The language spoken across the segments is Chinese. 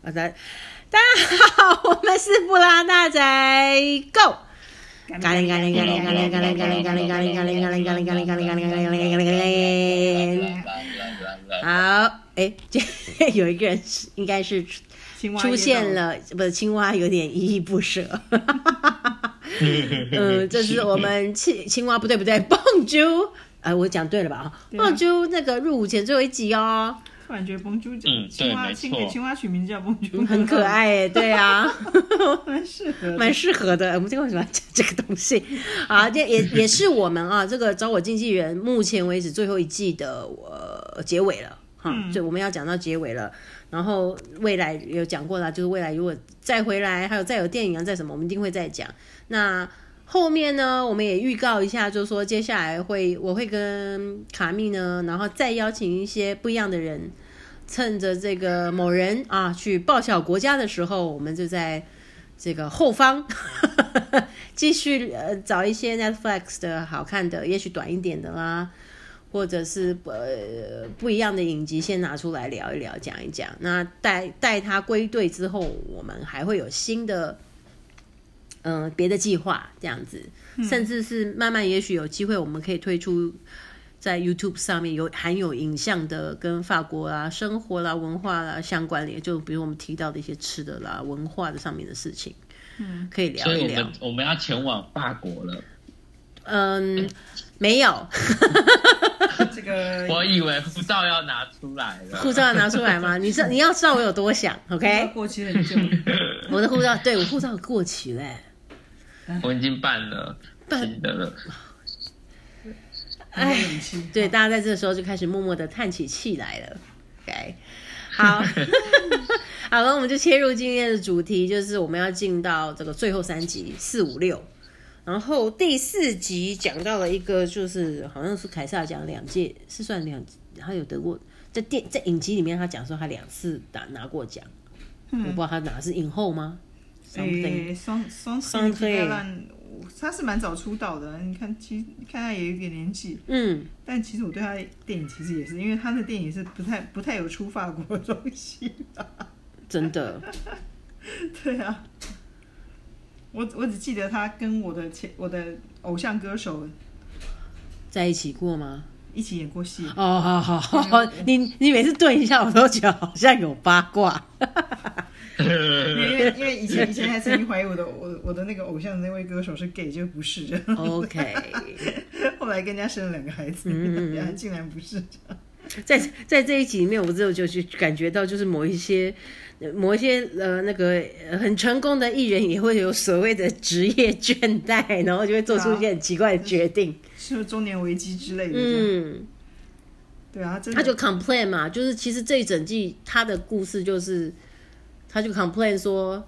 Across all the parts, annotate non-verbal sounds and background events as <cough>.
啊，大大家好，我们是布拉大宅 Go。嘎铃嘎铃嘎铃嘎铃嘎铃嘎铃嘎铃嘎铃嘎铃嘎铃嘎铃嘎铃嘎铃嘎铃嘎铃嘎铃嘎铃。好，哎，这有一个人是应该是青蛙出现夜了，不是青蛙有点依依不舍。 <laughs> 嗯，这是我们青青蛙不对不 <laughs> 对，蹦啾，哎，我讲对了吧？啊，蹦啾那个入伍前最后一集哦，斗，突然觉得蹦啾叫嗯青蛙，对没青错给青蛙取名叫蹦啾， <laughs> 很可，爱哎，对啊，<laughs> <laughs> 蛮适合的。蛮适合的。我们这个为什么要讲这个东西？啊，这也也是我们啊，这个找我经纪人目前为止最后一季的呃结尾了。哈，嗯所以我们要讲到结尾了。然后未来有讲过啦，就是未来如果再回来，还有再有电影啊，再什么，我们一定会再讲。那后面呢，我们也预告一下，就是说接下来会我会跟卡密呢，然后再邀请一些不一样的人，趁着这个某人啊去报效国家的时候，我们就在这个后方继续呃找一些 Netflix 的好看的，也许短一点的啦。或者是呃不一样的影集，先拿出来聊一聊，讲一讲。那带带他归队之后，我们还会有新的嗯、呃别的计划，这样子，甚至是慢慢也许有机会，我们可以推出在 YouTube 上面有含有影像的，跟法国啦、生活啦、文化啦相关联，就比如我们提到的一些吃的啦、文化的上面的事情，嗯，可以聊所以一我聊们。我们要前往法国了。嗯，没有 <laughs> 这个我以为护照要拿出来了，护照要拿出来吗？你知你要知道我有多想，OK？过期 <laughs> 很久了，我的护照，对我护照过期嘞、我已经办了办新的了。很有勇气。哎对，大家在这个时候就开始默默的叹起气来了。OK，好，好了，我们就切入今天的主题，就是我们要进到这个最后三集四五六。然后第四集讲到了一个，就是好像是凯撒讲两届，是算两，他有得过在电在影集里面，他讲说他两次打拿过奖，我不知道他拿的是影后吗？something，、诶，双双双双腿他是蛮早出道的，你看，其实看他也有点年纪，嗯，但其实我对他的电影其实也是，因为他的电影是不太不太有出法国的东西。 <laughs> 真的，对啊，我我只记得他跟我的前我的偶像歌手在一起过吗？一起演过戏，哦，好好好好，你你每次顿一下，我都觉得好像有八卦。因为因为因为以前以前还曾经怀疑我 <laughs> 的我的我的那个偶像的那位歌手是 gay，就不是这样。 OK， <laughs> 后来跟人家生了两个孩子，嗯嗯嗯人家竟然不是。 <laughs> 在在这一集里面，我只有就去感觉到，就是某一些呃某一些呃那个呃很成功的艺人也会有所谓的职业倦怠，然后就会做出一些很奇怪的决定。是不是中年危机之类的？这样嗯，对啊，他真的他就 complain 嘛，就是其实这一整季他的故事就是，他就 complain 说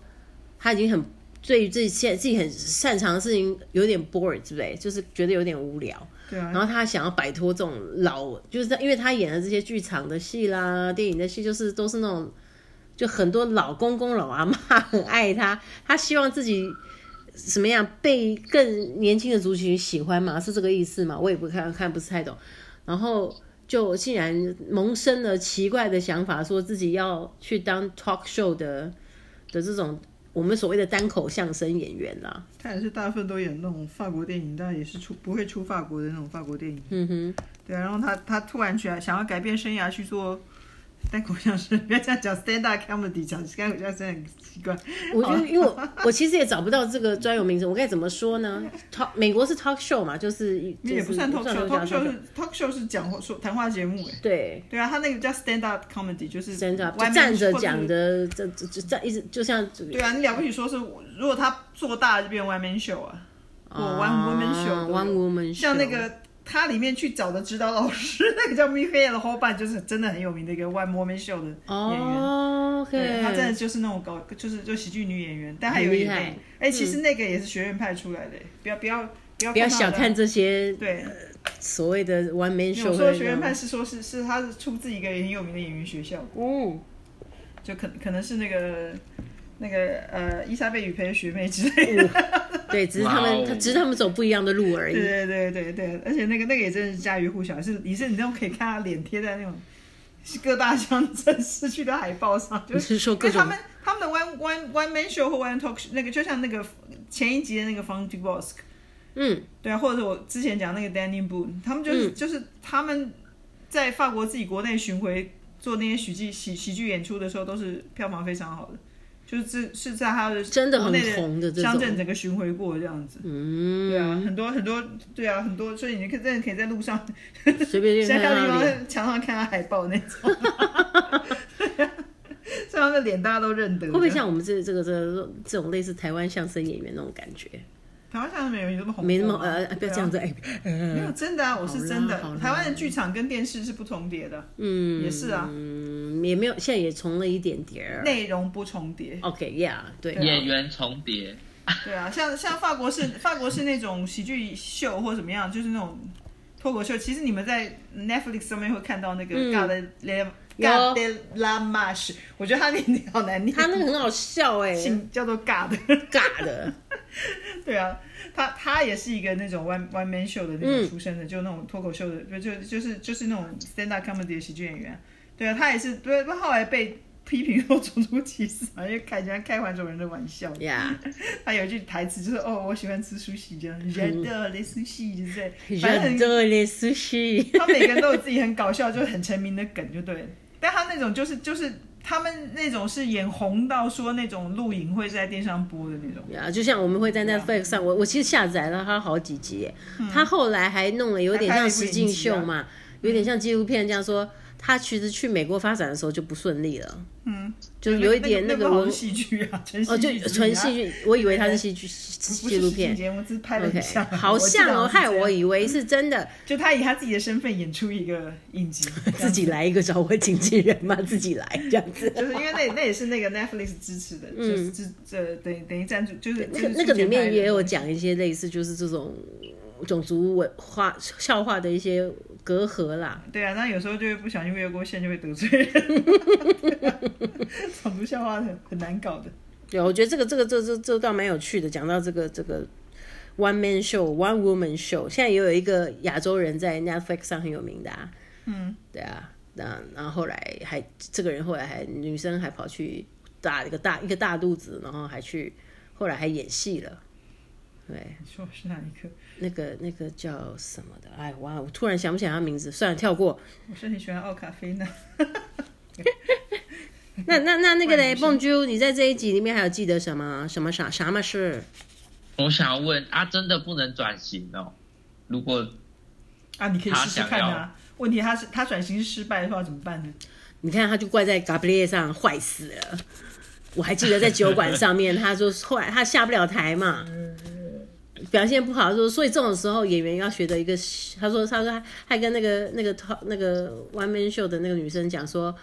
他已经很对于自己现自己很擅长的事情有点 bored，对不对？就是觉得有点无聊。对啊，然后他想要摆脱这种老，就是他因为他演的这些剧场的戏啦、电影的戏，就是都是那种，就很多老公公、老阿妈很爱他，他希望自己什么样被更年轻的族群喜欢嘛，是这个意思嘛？我也不看看不是太懂，然后就竟然萌生了奇怪的想法，说自己要去当 talk show 的的这种我们所谓的单口相声演员啦，他也是大部分都演那种法国电影，但也是出不会出法国的那种法国电影。嗯哼。对啊，然后他他突然觉得想要改变生涯去做单口相声，不要这样讲 stand up comedy，讲单口相声很奇怪。 <laughs> 我觉得，因为我我其实也找不到这个专有名词，我该怎么说呢？talk 美国是 talk show 嘛，就是那也不算 talk show，talk show 是啊 talk show 是讲话说谈话节目哎。对对啊，他那个叫 stand up comedy，就是 stand up 外就面站着或者是讲的，这这这站一直就像对啊，你了不起说是我，如果他做大了就变 one man show 啊，或 one 啊 woman show，对不对 one woman show 像那个他里面去找的指导老师，那个叫 Michael 的伙伴，就是真的很有名的一个 one woman show 的演员。哦，OK，对，他真的就是那种搞，就是就喜剧女演员，但还有很厉一个，害哎、其实那个也是学院派出来的，不要不要不要不要他小的看这些对，所谓的 one man 因 show 为会我说让。的学院派是说是是他是出自一个很有名的演员学校，嗯，就可可能是那个那个呃伊莎贝雨培的学妹之类的。对，只是他哇们，哦他只是他们走不一样的路而已。对对对对对，而且那个那个也真的是家喻户晓，是你是你那种可以看他脸贴在那种各大乡镇市区的海报上，就你是说因各为种他们他们的 one one one man show 或 one talk show，那个就像那个前一集的那个 Funky Boss，嗯对啊，或者我之前讲那个 Danny Boone，他们就是、嗯就是他们在法国自己国内巡回做那些喜剧喜喜剧演出的时候，都是票房非常好的，就是自是在他的真的很国内的红的这种乡镇整个巡回过这样子。嗯，对啊，很多很多，对啊，很多，所以你可以真的可以在路 <laughs> 上随便就乡看下地到脸。方 <laughs> 墙上看到海报那种， <laughs> 啊这样的脸大家都认得。会不会像我们这这个这个这种类似台湾相声演员那种感觉？台湾相声演员有那么红？没那么呃，不要这样子。子哎，啊没有真的啊，我是真的好啦好。啦台湾的剧场跟电视是不重叠的，嗯，也是啊，嗯，也没有，现在也重了一点点儿。内容不重叠。 OK，Yeah，、对，对啊演员重叠，对啊，像像法国 <laughs> 是法国是那种喜剧秀或怎么样，就是那种脱口秀。其实你们在 Netflix 上面会看到那个嗯 g a d e 有 La g a d e La Mash，我觉得他念念好难念，他那个很好笑哎、姓叫做 God。尬的， <laughs> 对啊，他他也是一个那种 one one man show 的那嗯种出身的，就那种脱口秀的，不就就是就是那种 stand up comedy 的喜剧演员。对啊，他也是对，后来被批评说种族歧视啊，因为开人家开完种人的玩笑。 <laughs> 呀、他有一句台词就是哦，我喜欢吃苏西这样，人的雷苏西就是在， yeah,，反正热多嗯的 sushi，他每个人都有自己很搞笑，就很成名的梗，就对了。但他那种就是就是他们那种是眼红到说那种录影会是在电视上播的那种。呀就像我们会在对啊嗯 Netflix 上，我我其实下载了他好几集耶，他后来还弄了有点像实境秀嘛，啊有点像纪录片这样说。他其实去美国发展的时候就不顺利了，嗯，就是有一点那那个个不好文是戏剧啊，纯哦，就纯戏剧剧，我以为他是戏剧纪录片。节目，只是拍了 OK，很像，好像哦，害我嗯以为是真的，就他以他自己的身份演出一个影集， <laughs> 自己来一个找我经纪人嘛，自己来这样子。就是因为那那也是那个 Netflix 支持的，就是支这等等于赞助，就是 <laughs> 嗯那个就是那个里出钱拍面的也有讲一些类似就是这种种族文化笑话的一些隔阂啦。对啊，那有时候就会不小心越过线就会得罪人， <laughs> 对啊种族笑话很很难搞的。对，我觉得这个这个这这这倒蛮有趣的。讲到这个这个 one man show、one woman show，现在也有一个亚洲人在 Netflix 上很有名的、啊。嗯，对啊，那然后后来还这个人后来还女生还跑去大一个大一个大肚子，然后还去后来还演戏了。对，你说我是哪一个？那个那个叫什么的？哎哇，我突然想不起来他名字，算了，跳过。我是很喜欢奥卡菲娜。那那那那个嘞， <laughs> 不然蹦啾，你在这一集里面还有记得什么什么啥什么事？我想要问啊，真的不能转型哦？如果啊，你可以试试看他想啊。问题他是他转型是失败的话怎么办呢？ <laughs> 你看他就怪在 Gabriel 上坏死了。我还记得在酒馆上面，他说后来他下不了台嘛，表现不好，说所以这种时候演员要学的一个，他说他说他还跟那个那个那个 One Man Show 的那个女生讲说。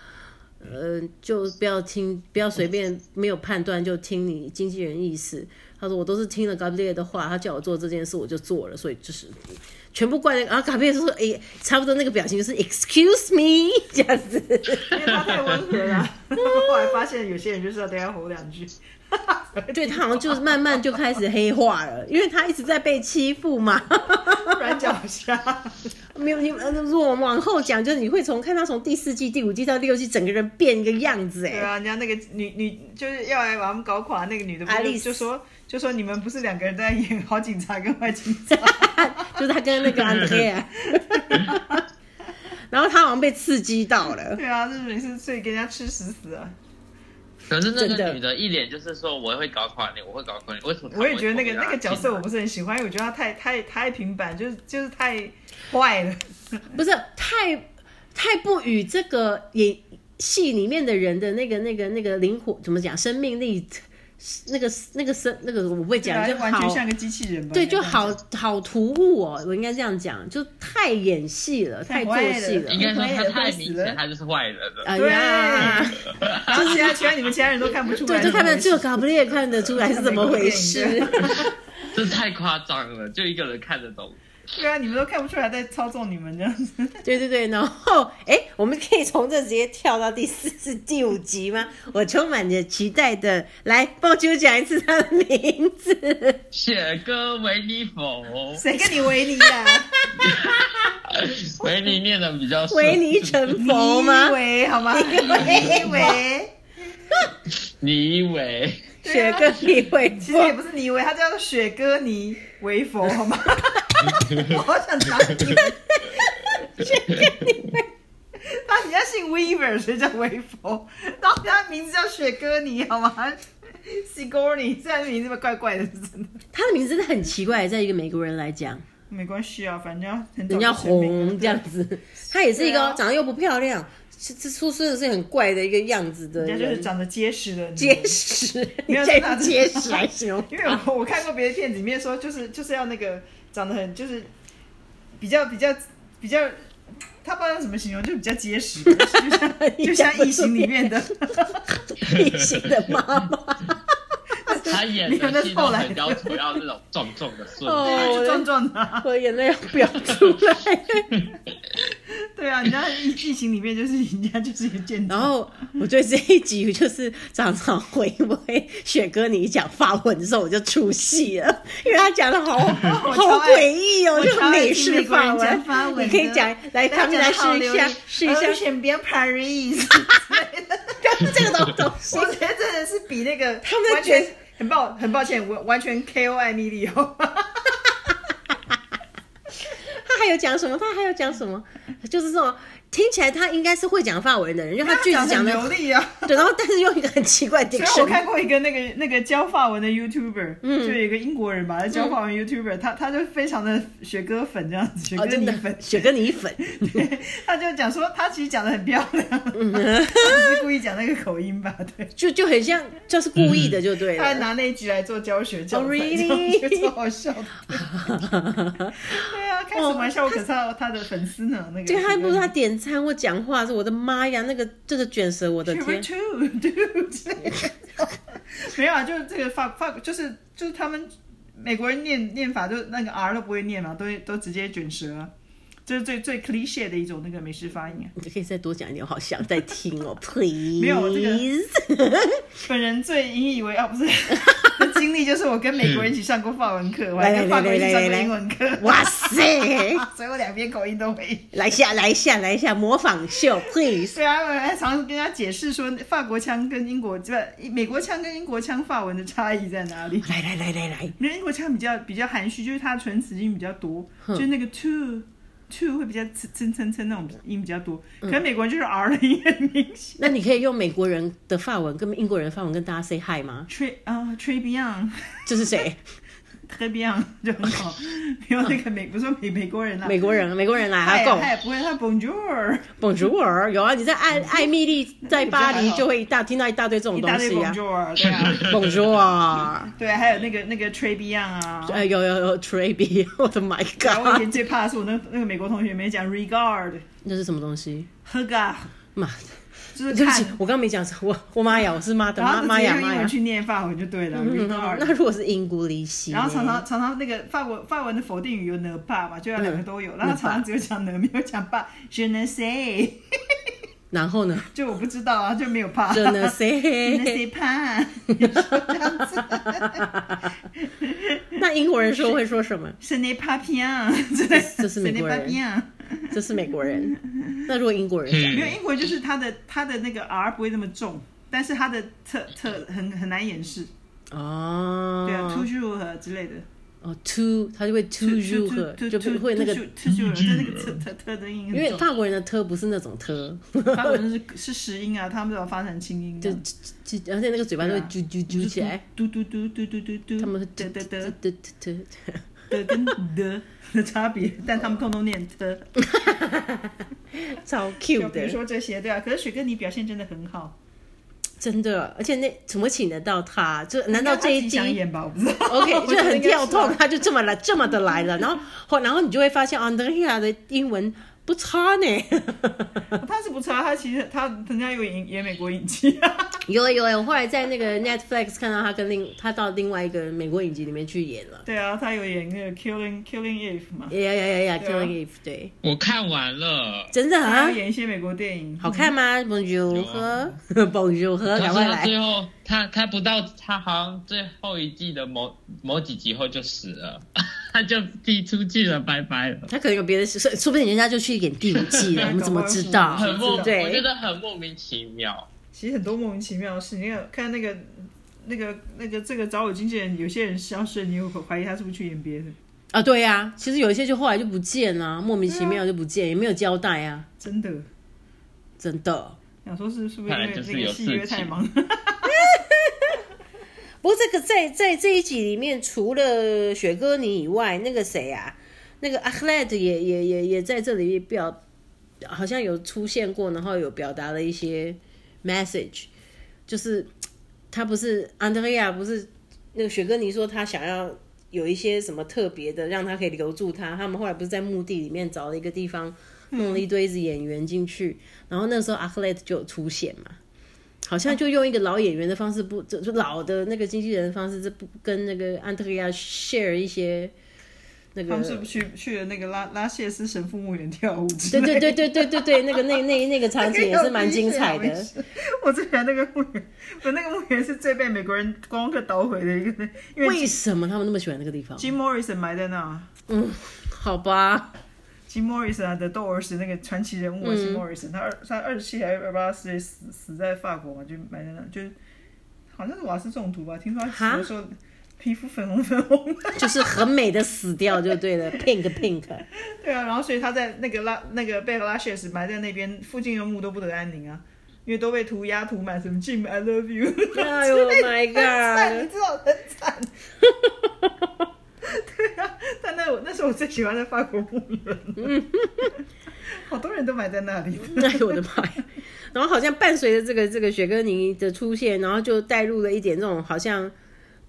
呃，就不要听，不要随便没有判断就听你经纪人意思。他说我都是听了 Gabriel 的话，他叫我做这件事，我就做了，所以就是全部怪那个。啊然后 Gabriel 就说，诶、差不多那个表情就是 Excuse me 这样子。因为他太温和 <laughs> 了。后来发现有些人就是要对他吼两句。对他好像就是慢慢就开始黑化了，因为他一直在被欺负嘛。软脚虾，没有你，呃如果我们往后讲，就是你会从看他从第四季、第五季到第六季，整个人变一个样子对哎、啊，人家那个女女就是要来把他们搞垮那个女的，不爱是丽丝就说就说你们不是两个人在演好警察跟坏警察，哎就是他跟那个安德烈，然后他好像被刺激到了，对啊，这种人是所以跟人家吃死死啊。可是那真的个女的一脸就是说我会搞垮你，我会搞垮你，为什么她我会投给她进也觉得那来？个那个角色我不是很喜欢，因为我觉得他太太太平板，就是就是太坏了。不是太太不与这个演戏里面的人的那个那个那个灵活怎么讲生命力，那个那个生那个我不会对啊讲，就完全好像个机器人吧。对，应就该这样讲好好突兀哦，我应该这样讲，就太演戏了，太太做歪了戏了应。该说她我也太明饿死了显，她就是坏人了。哎呀， <laughs> 然后其他其他你们其他人都看不出来，对，就看不得只有搞不列看得出来是怎么回事。这太夸张了，就一个人看得懂。对啊，你们都看不出来在操纵你们这样子。 <laughs> 对对对，然后哎，我们可以从这直接跳到第四是第五集吗？我充满着期待的，来，爆秋讲一次他的名字。雪哥维尼否？ <laughs> <laughs> 谁跟你维尼啊？维尼念的比较顺维尼成佛吗你以？为好吗？你以为？你以为雪哥你会其实也佛？不是你以为，他叫做雪哥尼为佛好吗？我好想打你。雪哥他人家姓 Weaver，谁叫微佛？然后他名字叫雪哥尼，好吗 s i g o r n y 虽然名字怪怪的，是真的。他的名字真的很奇怪，在一个美国人来讲，没关系啊，反正很早人家就签名了红这样 <laughs> 子，他也是一个对啊长得又不漂亮，是这出生的是很怪的一个样子的人家就是人，长得结实的女人结实，你 <laughs> 没有这用他他结实来形容因为我我看过别的片子，里面说就是就是要那个长得很就是比较比较比较，他不知道用怎么形容，就比较结实，就像 <laughs> <laughs> 就像异形里 <laughs> 面的，异形的妈妈，他演的戏都很要求要那种重重的 <laughs> 顺哦利，就壮壮的 <laughs> 啊、我眼泪要飙出来。 <laughs> 对啊，人家异异形里面就是人家就是一个健然壮，后我对这一集就是常常回味雪哥你一讲法文的时候我就出戏了，因为他讲的好我好超爱诡异哦，我就是超爱美听式美国人法讲法文，文你可以的讲来，他们来试一下，试一下，选边 <laughs> Paris，这个东东西我，觉得真的是比那个他们完觉得全很抱很抱歉，我完全 KO 艾米丽哦。 <laughs> 他还有讲什么？他还有讲什么？就是这种听起来他应该是会讲法文的人，因为他句子讲讲得的很流利 <laughs> 啊。对，然后但是用一个很奇怪的所以我 diction，看过一个那个那个教法文的 YouTuber，、就有一个英国人吧，教法文 YouTuber，、他他就非常的雪哥粉这样子，雪哦，哥真泥的粉，雪哥你粉， <laughs> 他就讲说他其实讲的很漂亮，嗯 <laughs> 他只是故意讲那个口音吧，对，就就很像，就是故意的就对他还 <laughs> 了。拿那一集来做教学教材， Oh, 这 really？样觉得超好笑的。对啊，开什么玩笑？我可是他的他的粉丝呢，那个这个他雪不哥是泥他点餐或讲话的时候，我的妈呀，那个这个卷舌，我的 Two 天！ two dude，没 <laughs> 有啊，就是这个法法就是就是他们美国人念念法，就那个 R 都不会念嘛，都都直接卷舌啊，这是最最 cliche 的一种那个美式发音啊。你可以再多讲一点，我好想再听 <laughs> 哦，please。没有这本人最引以为傲、不 <laughs> 是的经历，就是我跟美国人一起上过法文课，我还跟法国人一起上过英文课， <laughs> 哇塞， <laughs> 所以我两边口音都会。来一下，来一下，来一下，模仿秀，please。对啊，我还常常跟他解释说，法国腔跟英国不美国腔跟英国腔法文的差异在哪里。来来来来来，因为英国腔比较比较含蓄，就是它的唇齿音比较多，就是那个 to to 会比较呲呲呲呲那种音比较多。可能美国人就是 R 的音很明显。那你可以用美国人的法文跟英国人的法文跟大家 say hi 吗？ Tre 啊 Tre Beyond 这是 <laughs> 谁？ Tre Beyond 就很 <laughs> 好，没有那个美不是说美美国人啦、啊，美国人，美国人来，他还也够他也不会，他 <laughs> Bonjour Bonjour，有啊，你在艾艾米丽在巴黎就会一大听到一大堆这种一东大堆西啊 Bonjour 对啊， <laughs> ，Bonjour，对，还有那个那个 Tre Beyond <laughs> 啊。呃，有有有 Traby，我 <laughs> 的 my 然后我以 god，前最怕的是我那那个美国同学没讲 regard 那是什么东西？ regard，妈，就是对不看起，，我刚没讲，我我妈呀，我是妈的然妈后就妈直接呀用妈英文呀。去念法文就对了嗯，regard。那如果是英国离席呢，然后常常常常那个法文法文的否定语有哪爸嘛，就要两个都有，嗯然后常哪常只有讲哪，没有讲爸。Je ne sais，然后呢，就我不知道啊，就没有 <laughs> 爸。真 <laughs> 的 Je ne say， sais pas，就 <laughs> 这样子。 <laughs> 那英国人说会说什么？ Ce n'est pas bien，这 <laughs> 这是美国人 Ce n'est pas bien 这是美国人。那如果英国人讲，嗯没有英国就是他的他的那个 R 不会那么重，但是他的特特很很难掩饰，哦，嗯对啊，toujours 和之类的哦，to，他就会 to you 和就不会那个， toujours，就那个特特特的音因很重，为法国人的 t 不是那种 t，法国人是是实音啊，他们都要发成清音这 <laughs> 就就样。就而且那个嘴巴都会对啊啾啾啾起来，，嘟嘟嘟嘟嘟嘟嘟，他们会的嘚的嘚嘚嘚的嘚的跟的的差别，但他们通通念的。嘚， <laughs> 超就 Q 比如的，说这些，对啊。可是雪哥你表现真的很好，真的，而且那怎么请得到他？就难道这一想季演吧？我不知道。 <laughs> OK 就很跳痛，痛。他就这么来这么的来了，然后后然后你就会发现哦 Andrea 的英文不差呢，他是不差，他其实他人家有演演美国影集， <laughs> 有欸有欸，我后来在那个 Netflix 看到他跟另他到另外一个美国影集里面去演了。对啊，他有演那个 Killing Killing Eve 嘛，呀呀呀呀对啊，Killing Eve，对，我看完了，真的他啊有，演一些美国电影，好看吗？Bonjour，喝 Bonjour，喝，可赶是快他来。最后他他不到他好像最后一季的某某几集后就死了， <laughs> 他就踢出去了，拜拜了。他可能有别的事，说说不定人家就去演第五季 <laughs> 了，我们怎么知道？很莫，我对觉得很莫名其妙。其实很多莫名其妙的事，你看看那个那个那个这个找我经纪人，有些人消失，你有怀疑他是不是去演别的，啊，对呀、其实有一些就后来就不见了、莫名其妙就不见，也没有交代啊，真的。真的。想说是是不是因看为来就是那个有戏约事情太忙？不过这个在在这一集里面，除了雪哥你以外，那个谁啊，那个阿克莱特也也也也在这里表，好像有出现过，然后有表达了一些 message，就是他不是安德烈亚，不是那个雪哥你说他想要有一些什么特别的，让他可以留住他。他们后来不是在墓地里面找了一个地方，弄了一堆子演员进去，然后那时候阿克莱特就有出现嘛。好像就用一个老演员的方式不，就就老的那个经纪人的方式，这不跟那个安德烈亚 share 一些 <laughs> 那他个们是不是去去了那个拉拉谢斯神父墓园跳舞之对类的？对 <laughs> 对对对对对，那个那那那个场景也是蛮精彩的。 <laughs> 我之前那个墓园，我那个墓园是最被美国人观光客捣毁的一个，因为为什么他们那么喜欢那个地方？ Jim Morrison 埋在那儿嗯，好吧， ，Jim Morrison 啊，The Doors 那个传奇人物嗯啊、Jim Morrison，他二他二十七还是二八岁死死在法国嘛，就埋在那儿，就是好像是瓦斯中毒吧，听说他死的时候皮肤粉红 <laughs> 粉红的。就是很美的死掉就对了哎，pink <laughs> pink。对啊，然后所以他在那个拉那个被拉谢斯埋在那边附近的墓都不得安宁啊，因为都被涂鸦涂满什么 Jim I love you， <laughs> 哎呦 my 惨，你 god！知道很惨。 <laughs> 对啊，但那我那是我最喜欢的法国墓园，嗯 <laughs> 好多人都埋在那里。哎呦我的妈呀！然后好像伴随着这个这个雪哥尼的出现，然后就带入了一点这种好像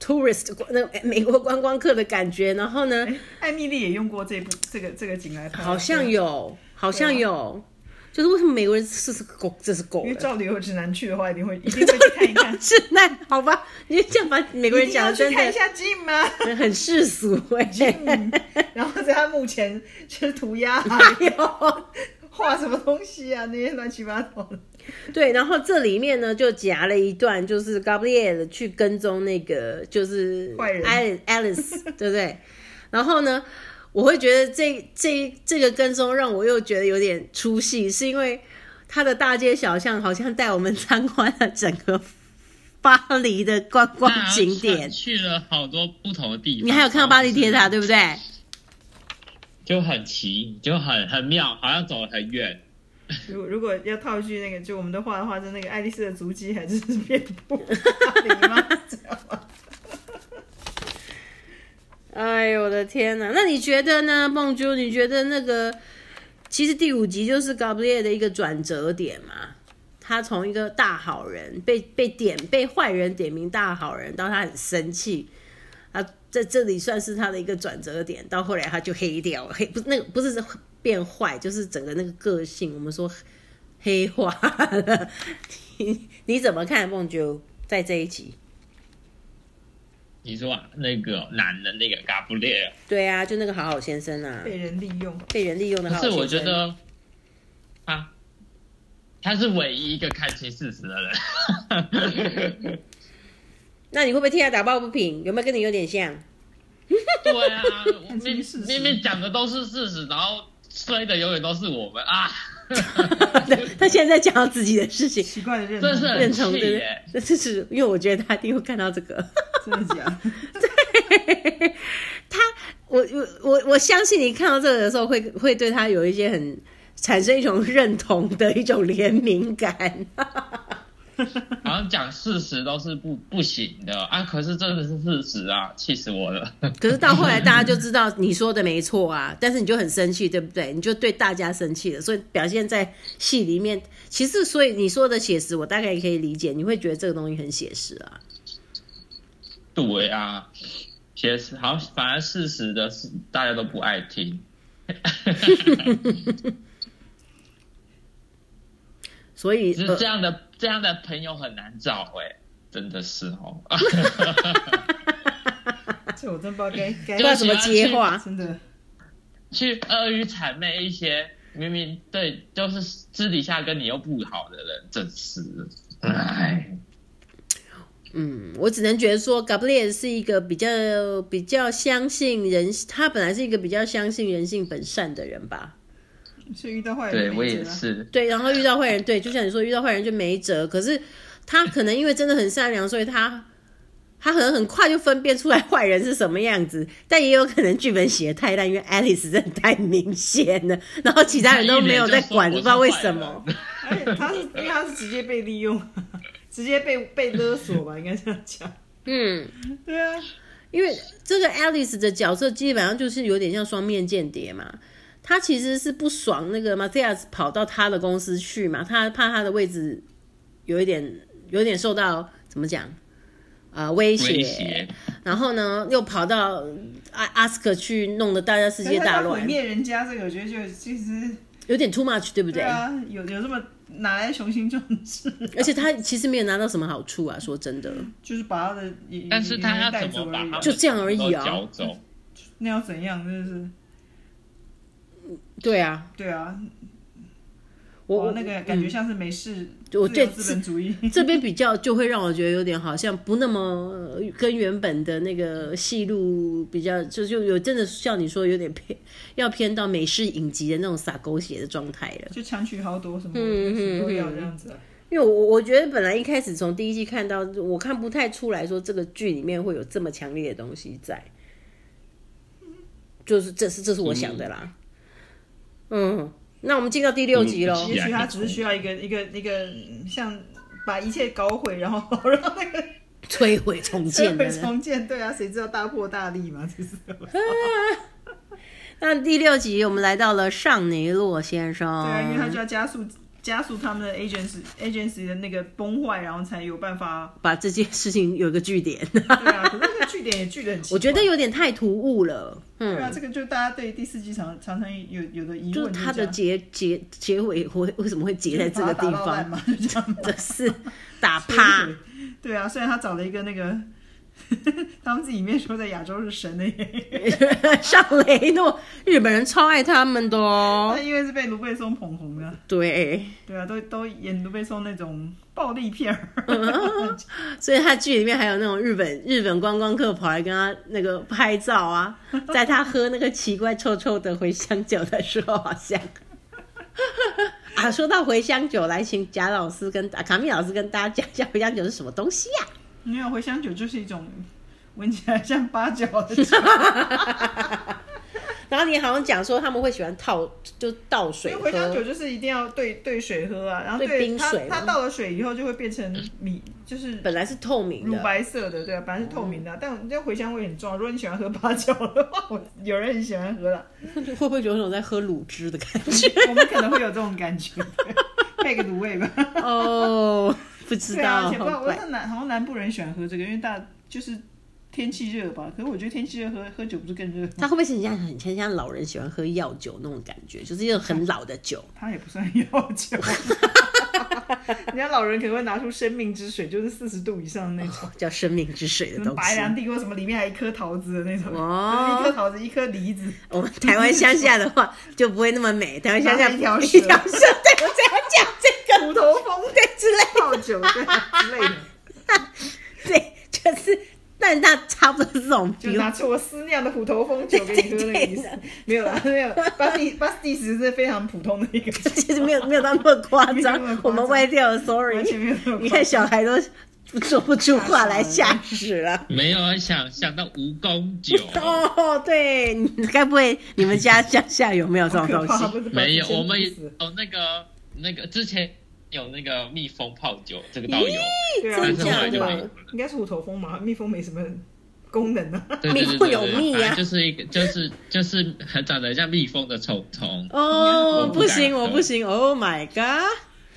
tourist 观那个美国观光客的感觉。然后呢，哎艾米丽也用过这部这个这个景来拍，啊好像，有，好像有，就是为什么美国人是是狗，这是狗因为了。照旅游指南去的话，一定会一定会去看一看。 <laughs> 是那好吧，你就这样把美国 <laughs> 一人定讲要的去真看一的下 Jim 吗？很世 <laughs> 俗哎、嗯然后在他墓前就是涂鸦啊、 <laughs> 哎呦，画什么东西啊，那些乱七八糟的。 <laughs> 对，然后这里面呢就夹了一段，就是 Gabriel 去跟踪那个就是坏人 Alice Alice，<laughs> 对不对？然后呢，我会觉得这这这个跟踪让我又觉得有点出戏，是因为它的大街小巷好像带我们参观了整个巴黎的观光那景点。去了好多不同的地方，你还有看到巴黎铁塔对不对？就很奇，就很很妙，好像走了很远。如果如果要套一句那个，就我们的话的话，就那个爱丽丝的足迹还真是啊遍 <laughs> 布巴黎吗？这样啊吗？哎呦我的天呐！那你觉得呢，梦珠？你觉得那个其实第五集就是 Gabriel 的一个转折点嘛？他从一个大好人被被点被坏人点名大好人，到他很生气，啊，在这里算是他的一个转折点。到后来他就黑掉，黑不是那个不是变坏，就是整个那个个性，我们说黑化 <laughs> 了。你你怎么看梦珠在这一集？你说、啊、那个男的那个嘎布列尔，对啊，就那个好好先生啊，被人利用，被人利用的可好好是先生。啊我觉得他他是唯一一个看清事实的人。 <laughs> 那你会不会替他打抱不平？有没有跟你有点像？对啊，我看明清事实明明讲的都是事实，然后摔的永远都是我们啊！ <laughs> <laughs> 他现在在讲到自己的事情，奇怪的认真是同，认同很对气不对耶？这是因为我觉得他一定会看到这个。真的假的？ <laughs> 我我我我相信你看到这个的时候会，会对他有一些很产生一种认同的一种怜悯感。好像讲事实都是不不行的啊，可是真的是事实啊，气死我了！ <laughs> 可是到后来，大家就知道你说的没错啊，但是你就很生气，对不对？你就对大家生气了，所以表现在戏里面。其实，所以你说的写实，我大概也可以理解，你会觉得这个东西很写实啊。对啊，写实好，反而事实的是大家都不爱 <laughs> 听。所以，是呃这样的，这样的朋友很难找哎、真的是哦，这我真不知道该该不知道怎么接话。真的，去阿谀谄媚一些明明对就是私底下跟你又不好的人，真是哎。嗯，我只能觉得说 g a b r i e l 是一个比较比较相信人，他本来是一个比较相信人性本善的人吧。是遇到坏人对没我辙也啊，是，对，然后遇到坏人，对，就像你说遇到坏人就没辙。可是他可能因为真的很善良，所以他他可能很快就分辨出来坏人是什么样子，但也有可能剧本写的太烂，因为 Alice 真的太明显了，然后其他人都没有在管，不知道为什么。。而且他是因为他是直接被利用， <laughs> 直接被被勒索吧，应该这样讲。嗯，对啊，因为这个 Alice 的角色基本上就是有点像双面间谍嘛。他其实是不爽那个 Matthias 跑到他的公司去嘛，他怕他的位置有一点有一点受到怎么讲啊、呃威威胁，然后呢，又跑到阿阿斯克去弄得大家世界大但是他毁乱，灭人家这个，我觉得就其实有点 too much，对不对？对啊，有有这么哪来雄心壮志？而且他其实没有拿到什么好处啊，说真的， <laughs> 就是把他的，但是他要带怎走么而把他已们就这样而已全部啊都搅走，那要怎样？真的是对啊，对啊，我哇我哦嗯那个感觉像是美式自我由对资本主义， <laughs> 这边比较就会让我觉得有点好像不那么呃跟原本的那个戏路比较，就就有真的像你说有点偏，要偏到美式影集的那种撒狗血的状态了。就强取豪夺什么嗯嗯什么都要嗯这样子啊。因为我我觉得本来一开始从第一季看到，我看不太出来说这个剧里面会有这么强烈的东西在，就是这是这是我想的啦。嗯，那我们进到第六集喽。嗯也许他只是需要一个一个一个嗯像把一切搞毁，然后 <laughs> 让那个 <laughs> 摧毁重建的 <laughs> 会人。 <laughs> 重建。对啊，谁知道大破大立嘛？就是 <laughs> 那第六集我们来到了尚尼洛先生，对啊，因为他就要加嗯速加速他们的 agency agency 的那个崩坏，然后才有办法。把这件事情有一个据 <laughs> 点，对啊，可是那个据点也据得很奇 <laughs> 怪。我觉得有点太突兀了。嗯，对啊，这个就大家对第四季常常常有有的疑就是问这样，他的结结结尾会为什么会结在这嗯把个它地打到方？烂嘛，就这样真 <laughs> 的是打摧 <laughs> 趴毁。。对啊，虽然他找了一个那个。 <laughs> 他们自己里面说在亚洲是神的演员，上雷诺，日本人超爱他们的哦他。因为是被卢贝松捧红的，对，对啊，都都演卢贝松那种暴力片儿， <laughs> 嗯所以他剧里面还有那种日本日本观光客跑来跟他那个拍照 <laughs> 啊，在他喝那个奇怪臭臭的茴香酒的时候，好像。 <laughs> 啊，说到茴香酒，来请贾老师跟啊卡米老师跟大家讲一下茴香酒是什么东西啊呀、没有茴香酒就是一种闻起来像八角的酒，然后你好像讲说他们会喜欢套，就倒水因喝为茴香酒就是一定要兑兑水喝啊，然后兑兑冰它水它吗嗯倒了水以后就会变成米，就是本来是透明乳的，白色的，对啊，本来是透明嗯的啊，但这茴香味很重啊。如果你喜欢喝八角的话，我有人很喜欢喝了， <laughs> 会不会有种在喝卤汁的感 <laughs> 觉？我们可能会有这种感觉， <laughs> 对配个卤味吧。哦，不知对啊，道，而且不知道，好我怪知道南好像南部人喜欢喝这个，因为大就是天气热吧。可是我觉得天气热喝喝酒不是更热吗？它会不会很像很像像老人喜欢喝药酒那种感觉，就是一种 <laughs> 很老的酒？他也不算要求， <laughs> 人家老人可能会拿出生命之水，就是四十度以上那种，哦叫生命之水的什么东嗯白兰西。地或什么里面还一颗桃子的那种，哦一颗桃子一颗梨子，我们台湾乡下的话 <laughs> 就不会那么美，台湾乡下拿一条一蛇条蛇，对我只要讲这个 <laughs> 虎头蜂对之类泡酒对之类的，对，就是，但它差不多是这种就 feel，拿出我私酿的虎头蜂酒给你喝那个意思，没有啦，没有，巴蒂巴蒂斯是非常普通的一个， <laughs> 其实没有没有到那么夸没有那么夸张张，我们歪掉了完全，sorry。没有那么夸张。你看小孩都说不出话来，吓死了。没有啊想想到蜈蚣酒，哦，对，你该不会你们家乡下有没有这种可东怕西？不是把没有，自己我们先也毒死有那个那个之前有那个蜜蜂泡酒，这个倒有，对啊真但的是后来就假没的有了。应该是虎头蜂嘛，蜜蜂没什么功能啊。对蜜对对会对有蜜对，啊反正就是一个就是就是很长得像蜜蜂的虫虫。哦，我不不敢行，我喝不行，Oh my god！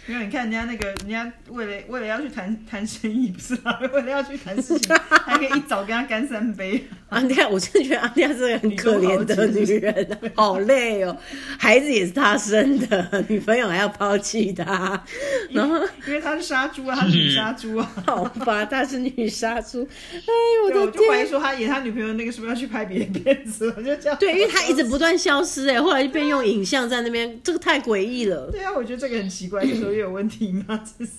没有，你看人家那个，人家为了为了要去谈谈生意，不是啊， <laughs> 为了要去谈事情，还可以一早跟他干三杯。安迪亚， <laughs> 我真的觉得安迪亚是个很可怜的女人啊，好累哦，孩子也是她生的，女朋友还要抛弃她，然后 <laughs> 嗯因为她是杀猪啊，她是女杀猪啊。好吧，她是女杀猪，哎， <laughs> 我对，我的就怀天疑，说他演他女朋友那个是不是要去拍别的片子？我就这样。对，因为她一直不断消失，哎，后来就变用影像在那边，这个太诡异了。 <laughs> 啊对啊，我觉得这个很奇怪，这时候又有问题吗？ <laughs> 这是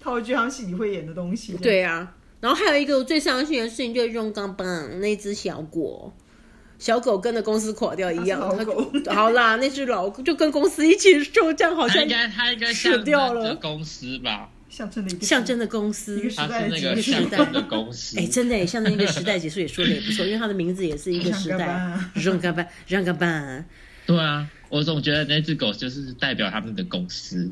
套一句他们戏里会演的东西。，对啊，然后还有一个我最伤心的事情，就是用钢棒那只小狗，小狗跟着公司垮掉一样，它它就是老狗好啦，那只老狗就跟公司一起就这样，好他哎像应该他应该死像那掉个了公司吧，象征的一个象征的公司一个。时他代的是那结个束。象征的公司嗯哎、。真的耶，像那个时代结束也说的也不错，因为它的名字也是一个时代让干吧，让干班，让干班对啊，我总觉得那只狗就是代表他们的公司。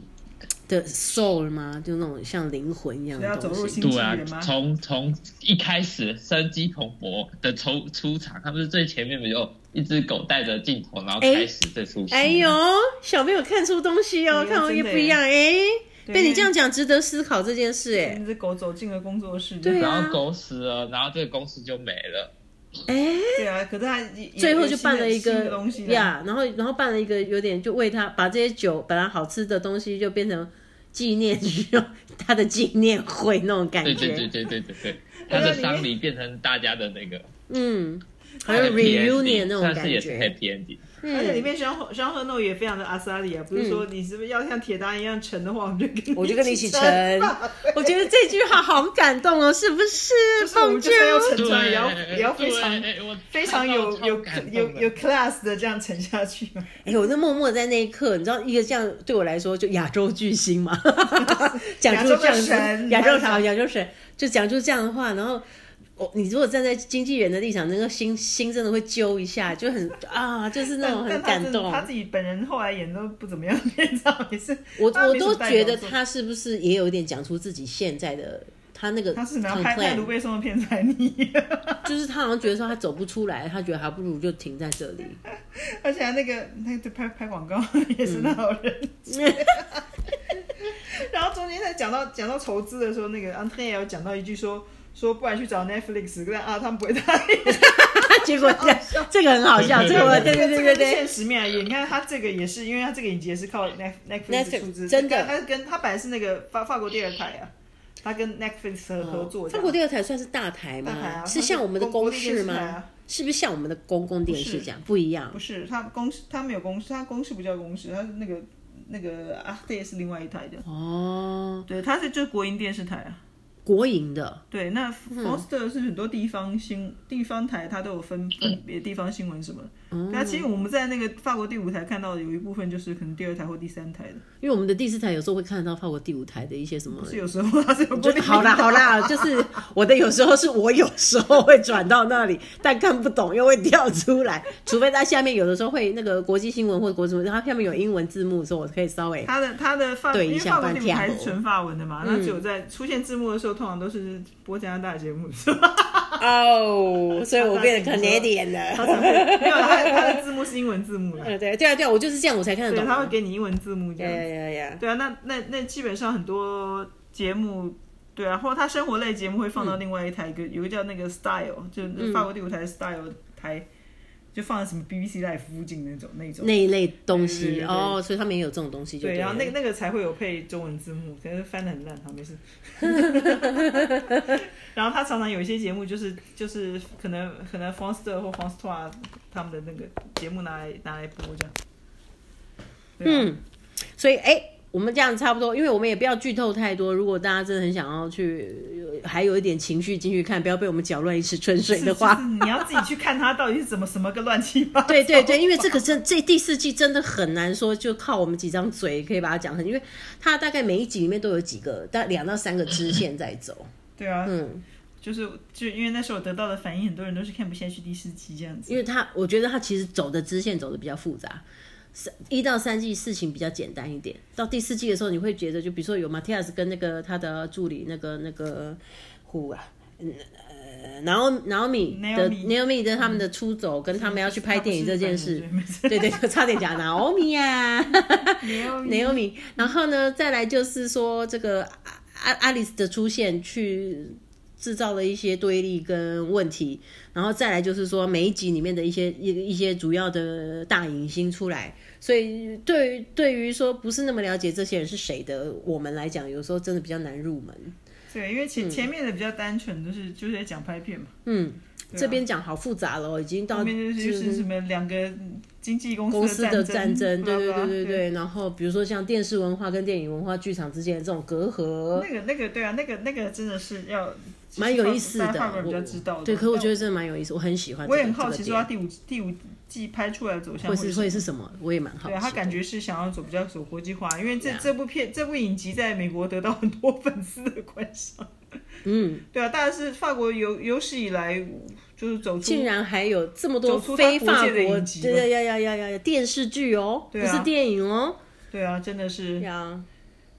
的 soul 吗？就那种像灵魂一样要的走东入西。新纪对啊元，吗？从从一开始生机蓬勃的出出场，他们是最前面没有一只狗带着镜头，然后哎开始这出戏。哎呦，小朋友看出东西哦，哎呦看我也真的不一样哎、对被你这样讲，值得思考这件事哎、那只狗走进了工作室。对啊然后狗死了，然后这个公司就没了。哎、对啊，可是他也最后就办了一也有新的新个的东西啦。呀然后然后办了一个有点就为他把这些酒本来好吃的东西就变成纪念 <laughs> 日他的纪念会那种感对觉，对对对对对对，他的丧礼变成大家的那个嗯，还有 happy reunion ending，那种但感是也是觉， happy ending。而且里嗯，面张赫张赫诺也非常的阿萨里啊，不是说你是不是要像铁达一样沉的话，我就跟我就跟你一起沉沉吧。我觉得这句话好感动哦，是不是？是我们 <laughs> 就是要凤沉娟船，也要也要非常对哎我非常有看到有 <laughs> 超感有动的有 class 的这样沉下去嘛。哎、我就默默在那一刻，你知道，一个这样对我来说就亚洲巨星嘛， <laughs> 讲出这样子亚洲神亚洲啥亚洲神，就讲出这样的话，然后我你如果站在经纪人的立场，那个心心真的会揪一下，就很啊，就是 <laughs> 那但种很但他感真的动啊他。自己本人后来演都不怎么样，你知道也是。我 <laughs> 他我没什都么代觉表得作他是不是也有一点讲出自己现在的他那个他是怎么样 complaint 拍拍卢贝松的片才你， <laughs> 就是他好像觉得说他走不出来，他觉得还不如就停在这里。 <laughs> 而且他那个那个拍拍广告也是那种 <laughs> 人。然后中间在讲到讲到筹资的时候，那个安特也有讲到一句说说不然去找 Netflix，但啊他们不会答应。结果这这个很好笑，这个我对对对对这个对是。现实面而已。你看他这个也是，因为他这个影集也是靠 Net- Netflix Netflix，出资，真的他跟他本来是那个法法国第二台啊，他跟 Netflix 合合作这法样。国第二台算是大台吗？大台啊是像我们的公视它是公立电视吗？台啊是不是像我们的公共电视这样不一样不？是，他公司他没有公司，他公司不叫公司，他是那个那个啊，这也是另外一台的。哦，对，他是就是国营电视台啊。国营的，对，那 Foster 是很多地方新地方台，它都有分分别地方新闻什么的。那、其实我们在那个法国第五台看到的有一部分就是可能第二台或第三台的，因为我们的第四台有时候会看得到法国第五台的一些什么。是有时候它是有就固定好啦频道好啦，就是我的有时候是我有时候会转到那里，但看不懂又会跳出来，除非它下面有的时候会那个国际新闻或者国什么，它下面有英文字幕的时候，我可以稍微 <laughs> 他的他的法，对因为一下法国那半嗯边还跳是纯法文的嘛，那只有在出现字幕的时候，通常都是播加拿大节目， <laughs> 是吧？哦，所以我变得 Canadian 他才会没有了。他他的字幕是英文字幕啦，嗯，哎对对啊对啊，我就是这样我才看得对，懂他会啊。给你英文字幕这呀呀样。呀呀！对啊，那那那基本上很多节目，对啊，或者他生活类节目会嗯放到另外一台，一个有个叫那个 Style，就是法国第五台 Style 台，就放在什么 BBC Live 附近那种那种。那一类东西对对对对哦，所以他们也有这种东西就对，了然后那个那个才会有配中文字幕，可是翻的很烂，好没事。然后他常常有一些节目，就是就是可能可能 Foster 或 Foster 他们的那个节目拿来拿来播这样。对啊嗯，所以哎、我们这样差不多，因为我们也不要剧透太多。如果大家真的很想要去，还有一点情绪进去看，不要被我们搅乱一池春水是的话，就是你要自己去看他到底是怎么什么个乱七八糟。对对对，因为这个真这第四季真的很难说，就靠我们几张嘴可以把它讲很，因为它大概每一集里面都有几个，大概两到三个支线在走。对啊，嗯，就是就因为那时候我得到的反应，很多人都是看不下去第四集这样子。因为它我觉得它其实走的支线走的比较复杂。三一到三季事情比较简单一点，到第四季的时候，你会觉得，就比如说有 Matias 跟那个他的助理那个那个 who 啊，嗯呃然后然后米的 Naomi Naomi 的他们的出走跟他们要去拍电影这件事，他不是对对，就差点讲 Naomi 呀、 <laughs> 没有 Naomi，然后呢，再来就是说这个阿阿阿丽丝的出现去制造了一些对立跟问题，然后再来就是说每一集里面的一些一一些主要的大影星出来，所以对于对于说不是那么了解这些人是谁的我们来讲，有时候真的比较难入门。对，因为前前面的比较单纯，就是就是在讲拍片嘛，嗯，这边讲好复杂了哦，已经到啊后面就是就是什么两个经纪公公司司的战战争，嗯对对对对对对。对。然后比如说像电视文化跟电影文化、剧场之间的这种隔阂，那个那个对啊，那个那个真的是要蛮有意思的其实法国人比较我知道的。对，可我觉得得真的蛮有意思，我很喜欢这我个。也很好奇，这说个他点第五第五季拍出来的走向会是什么会是什么，我也蛮好奇的。对啊，他感觉是想要走比较走国际化，因为这 Yeah 这部片这部影集在美国得到很多粉丝的观赏。嗯，对啊，但是法国有有史以来就是走出竟然还有这么多走出他非国法界的国，影集对了呀呀呀呀呀呀，电视剧哦，对不是啊电影哦，对啊，真的是呀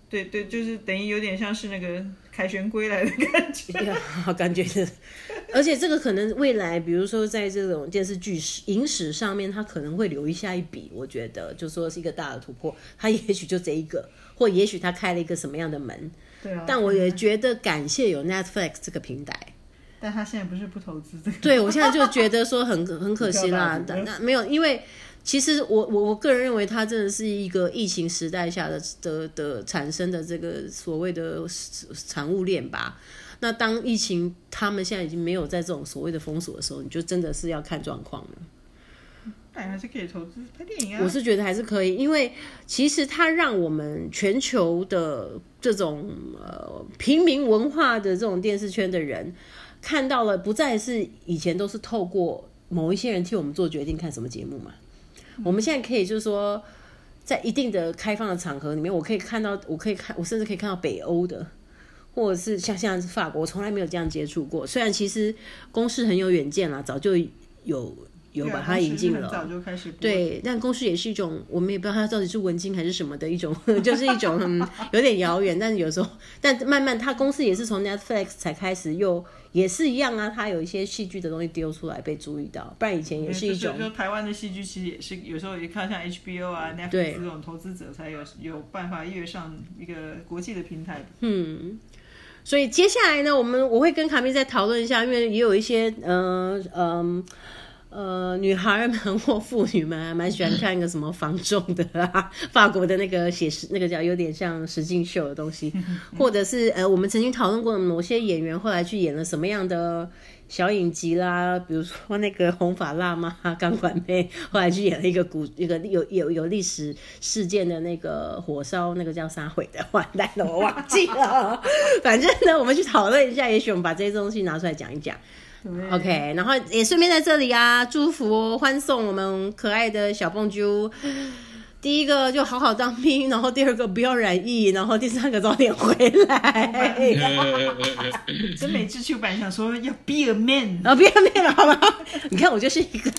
对对，就是等于有点像是那个凯旋归来的感觉。呀，感觉是。而且这个可能未来，比如说在这种电视剧史影史上面，他可能会留一下一笔。我觉得，就说是一个大的突破，他也许就这一个，或也许他开了一个什么样的门。对啊，但我也觉得感谢有 Netflix 这个平台。但他现在不是不投 <laughs> 资这个。，对，我现在就觉得说很很可惜啦不要打赌但那没有，因为其实我我我个人认为它真的是一个疫情时代下的的的产生的这个所谓的产物链吧。那当疫情他们现在已经没有在这种所谓的封锁的时候，你就真的是要看状况了。但哎还是可以投资拍电影啊。我是觉得还是可以，因为其实它让我们全球的这种呃平民文化的这种电视圈的人看到了，不再是以前都是透过某一些人替我们做决定看什么节目嘛，我们现在可以就是说。在一定的开放的场合里面，我可以看到，我可以看，我甚至可以看到北欧的，或者是像像是法国，我从来没有这样接触过。虽然其实公司很有远见啦，早就有有对啊把它引进公了，司很早就开始播。对，但公式也是一种，我们也不知道它到底是文经还是什么的一种， <laughs> 就是一种、嗯、有点遥远。但是有时候，但慢慢它公式也是从 Netflix 才开始又也是一样啊，它有一些戏剧的东西丢出来被注意到，不然以前也对，是一就种就台湾的戏剧其实也是有时候也看像 HBO 啊、对 Netflix 这种投资者才有有办法跃上一个国际的平台。嗯。所以接下来呢，我们我会跟卡米再讨论一下，因为也有一些嗯嗯呃女孩们或妇女们还蛮喜欢看一个什么防重的啊，法国的那个写实那个叫有点像实境秀的东西，或者是呃我们曾经讨论过的某些演员后来去演了什么样的小影集啦，比如说那个红发辣妈、啊钢管妹，后来去演了一个古一个 <laughs> 有有有历史事件的那个火烧那个叫啥毁的，完蛋了，我忘记了。 <laughs> 反正呢，我们去讨论一下，也许我们把这些东西拿出来讲一讲。对 OK，然后也顺便在这里啊，祝福欢送我们可爱的小蹦啾。第一个就好好当兵，然后第二个不要染疫，然后第三个早点回来。嗯真美智秋版想说要 be a man，啊，不要面了，好吗？你看我就是一个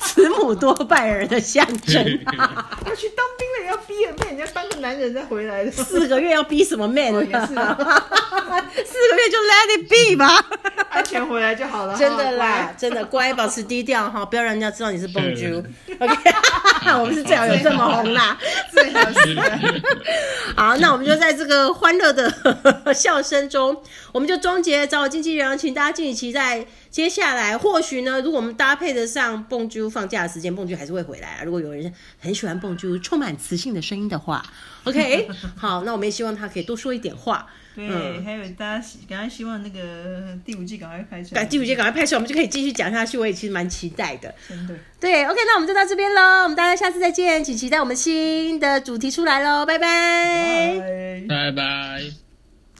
慈母多败儿的象征、 <laughs> 啊，要去当兵了，要 be a man，要当个男人再回来的。四个月要逼什么面、哦也是啊 <laughs> 四个月就 let it be 吧，安全回来就好了。 <laughs> 真的好啦，乖真的乖，保持低调哈，不要让人家知道你是蹦猪。OK，我 <laughs> 们是最好有这么红啦。最好是的。 <laughs> 好，那我们就在这个欢乐的 <laughs> 笑声中，我们就终结找我经纪人，请大家敬请期待。接下来或许呢，如果我们搭配得上蹦啾放假的时间，蹦啾还是会回来啊。如果有人很喜欢蹦啾充满磁性的声音的话，OK，好，那我们也希望他可以多说一点话。对，嗯还有大家喜赶快希望那个第五季赶快啊拍出来。赶第五节赶快拍摄，我们就可以继续讲下去。我也其实蛮期待的。真的，对，OK，那我们就到这边喽，我们大家下次再见，请期待我们新的主题出来喽，拜拜拜。拜拜。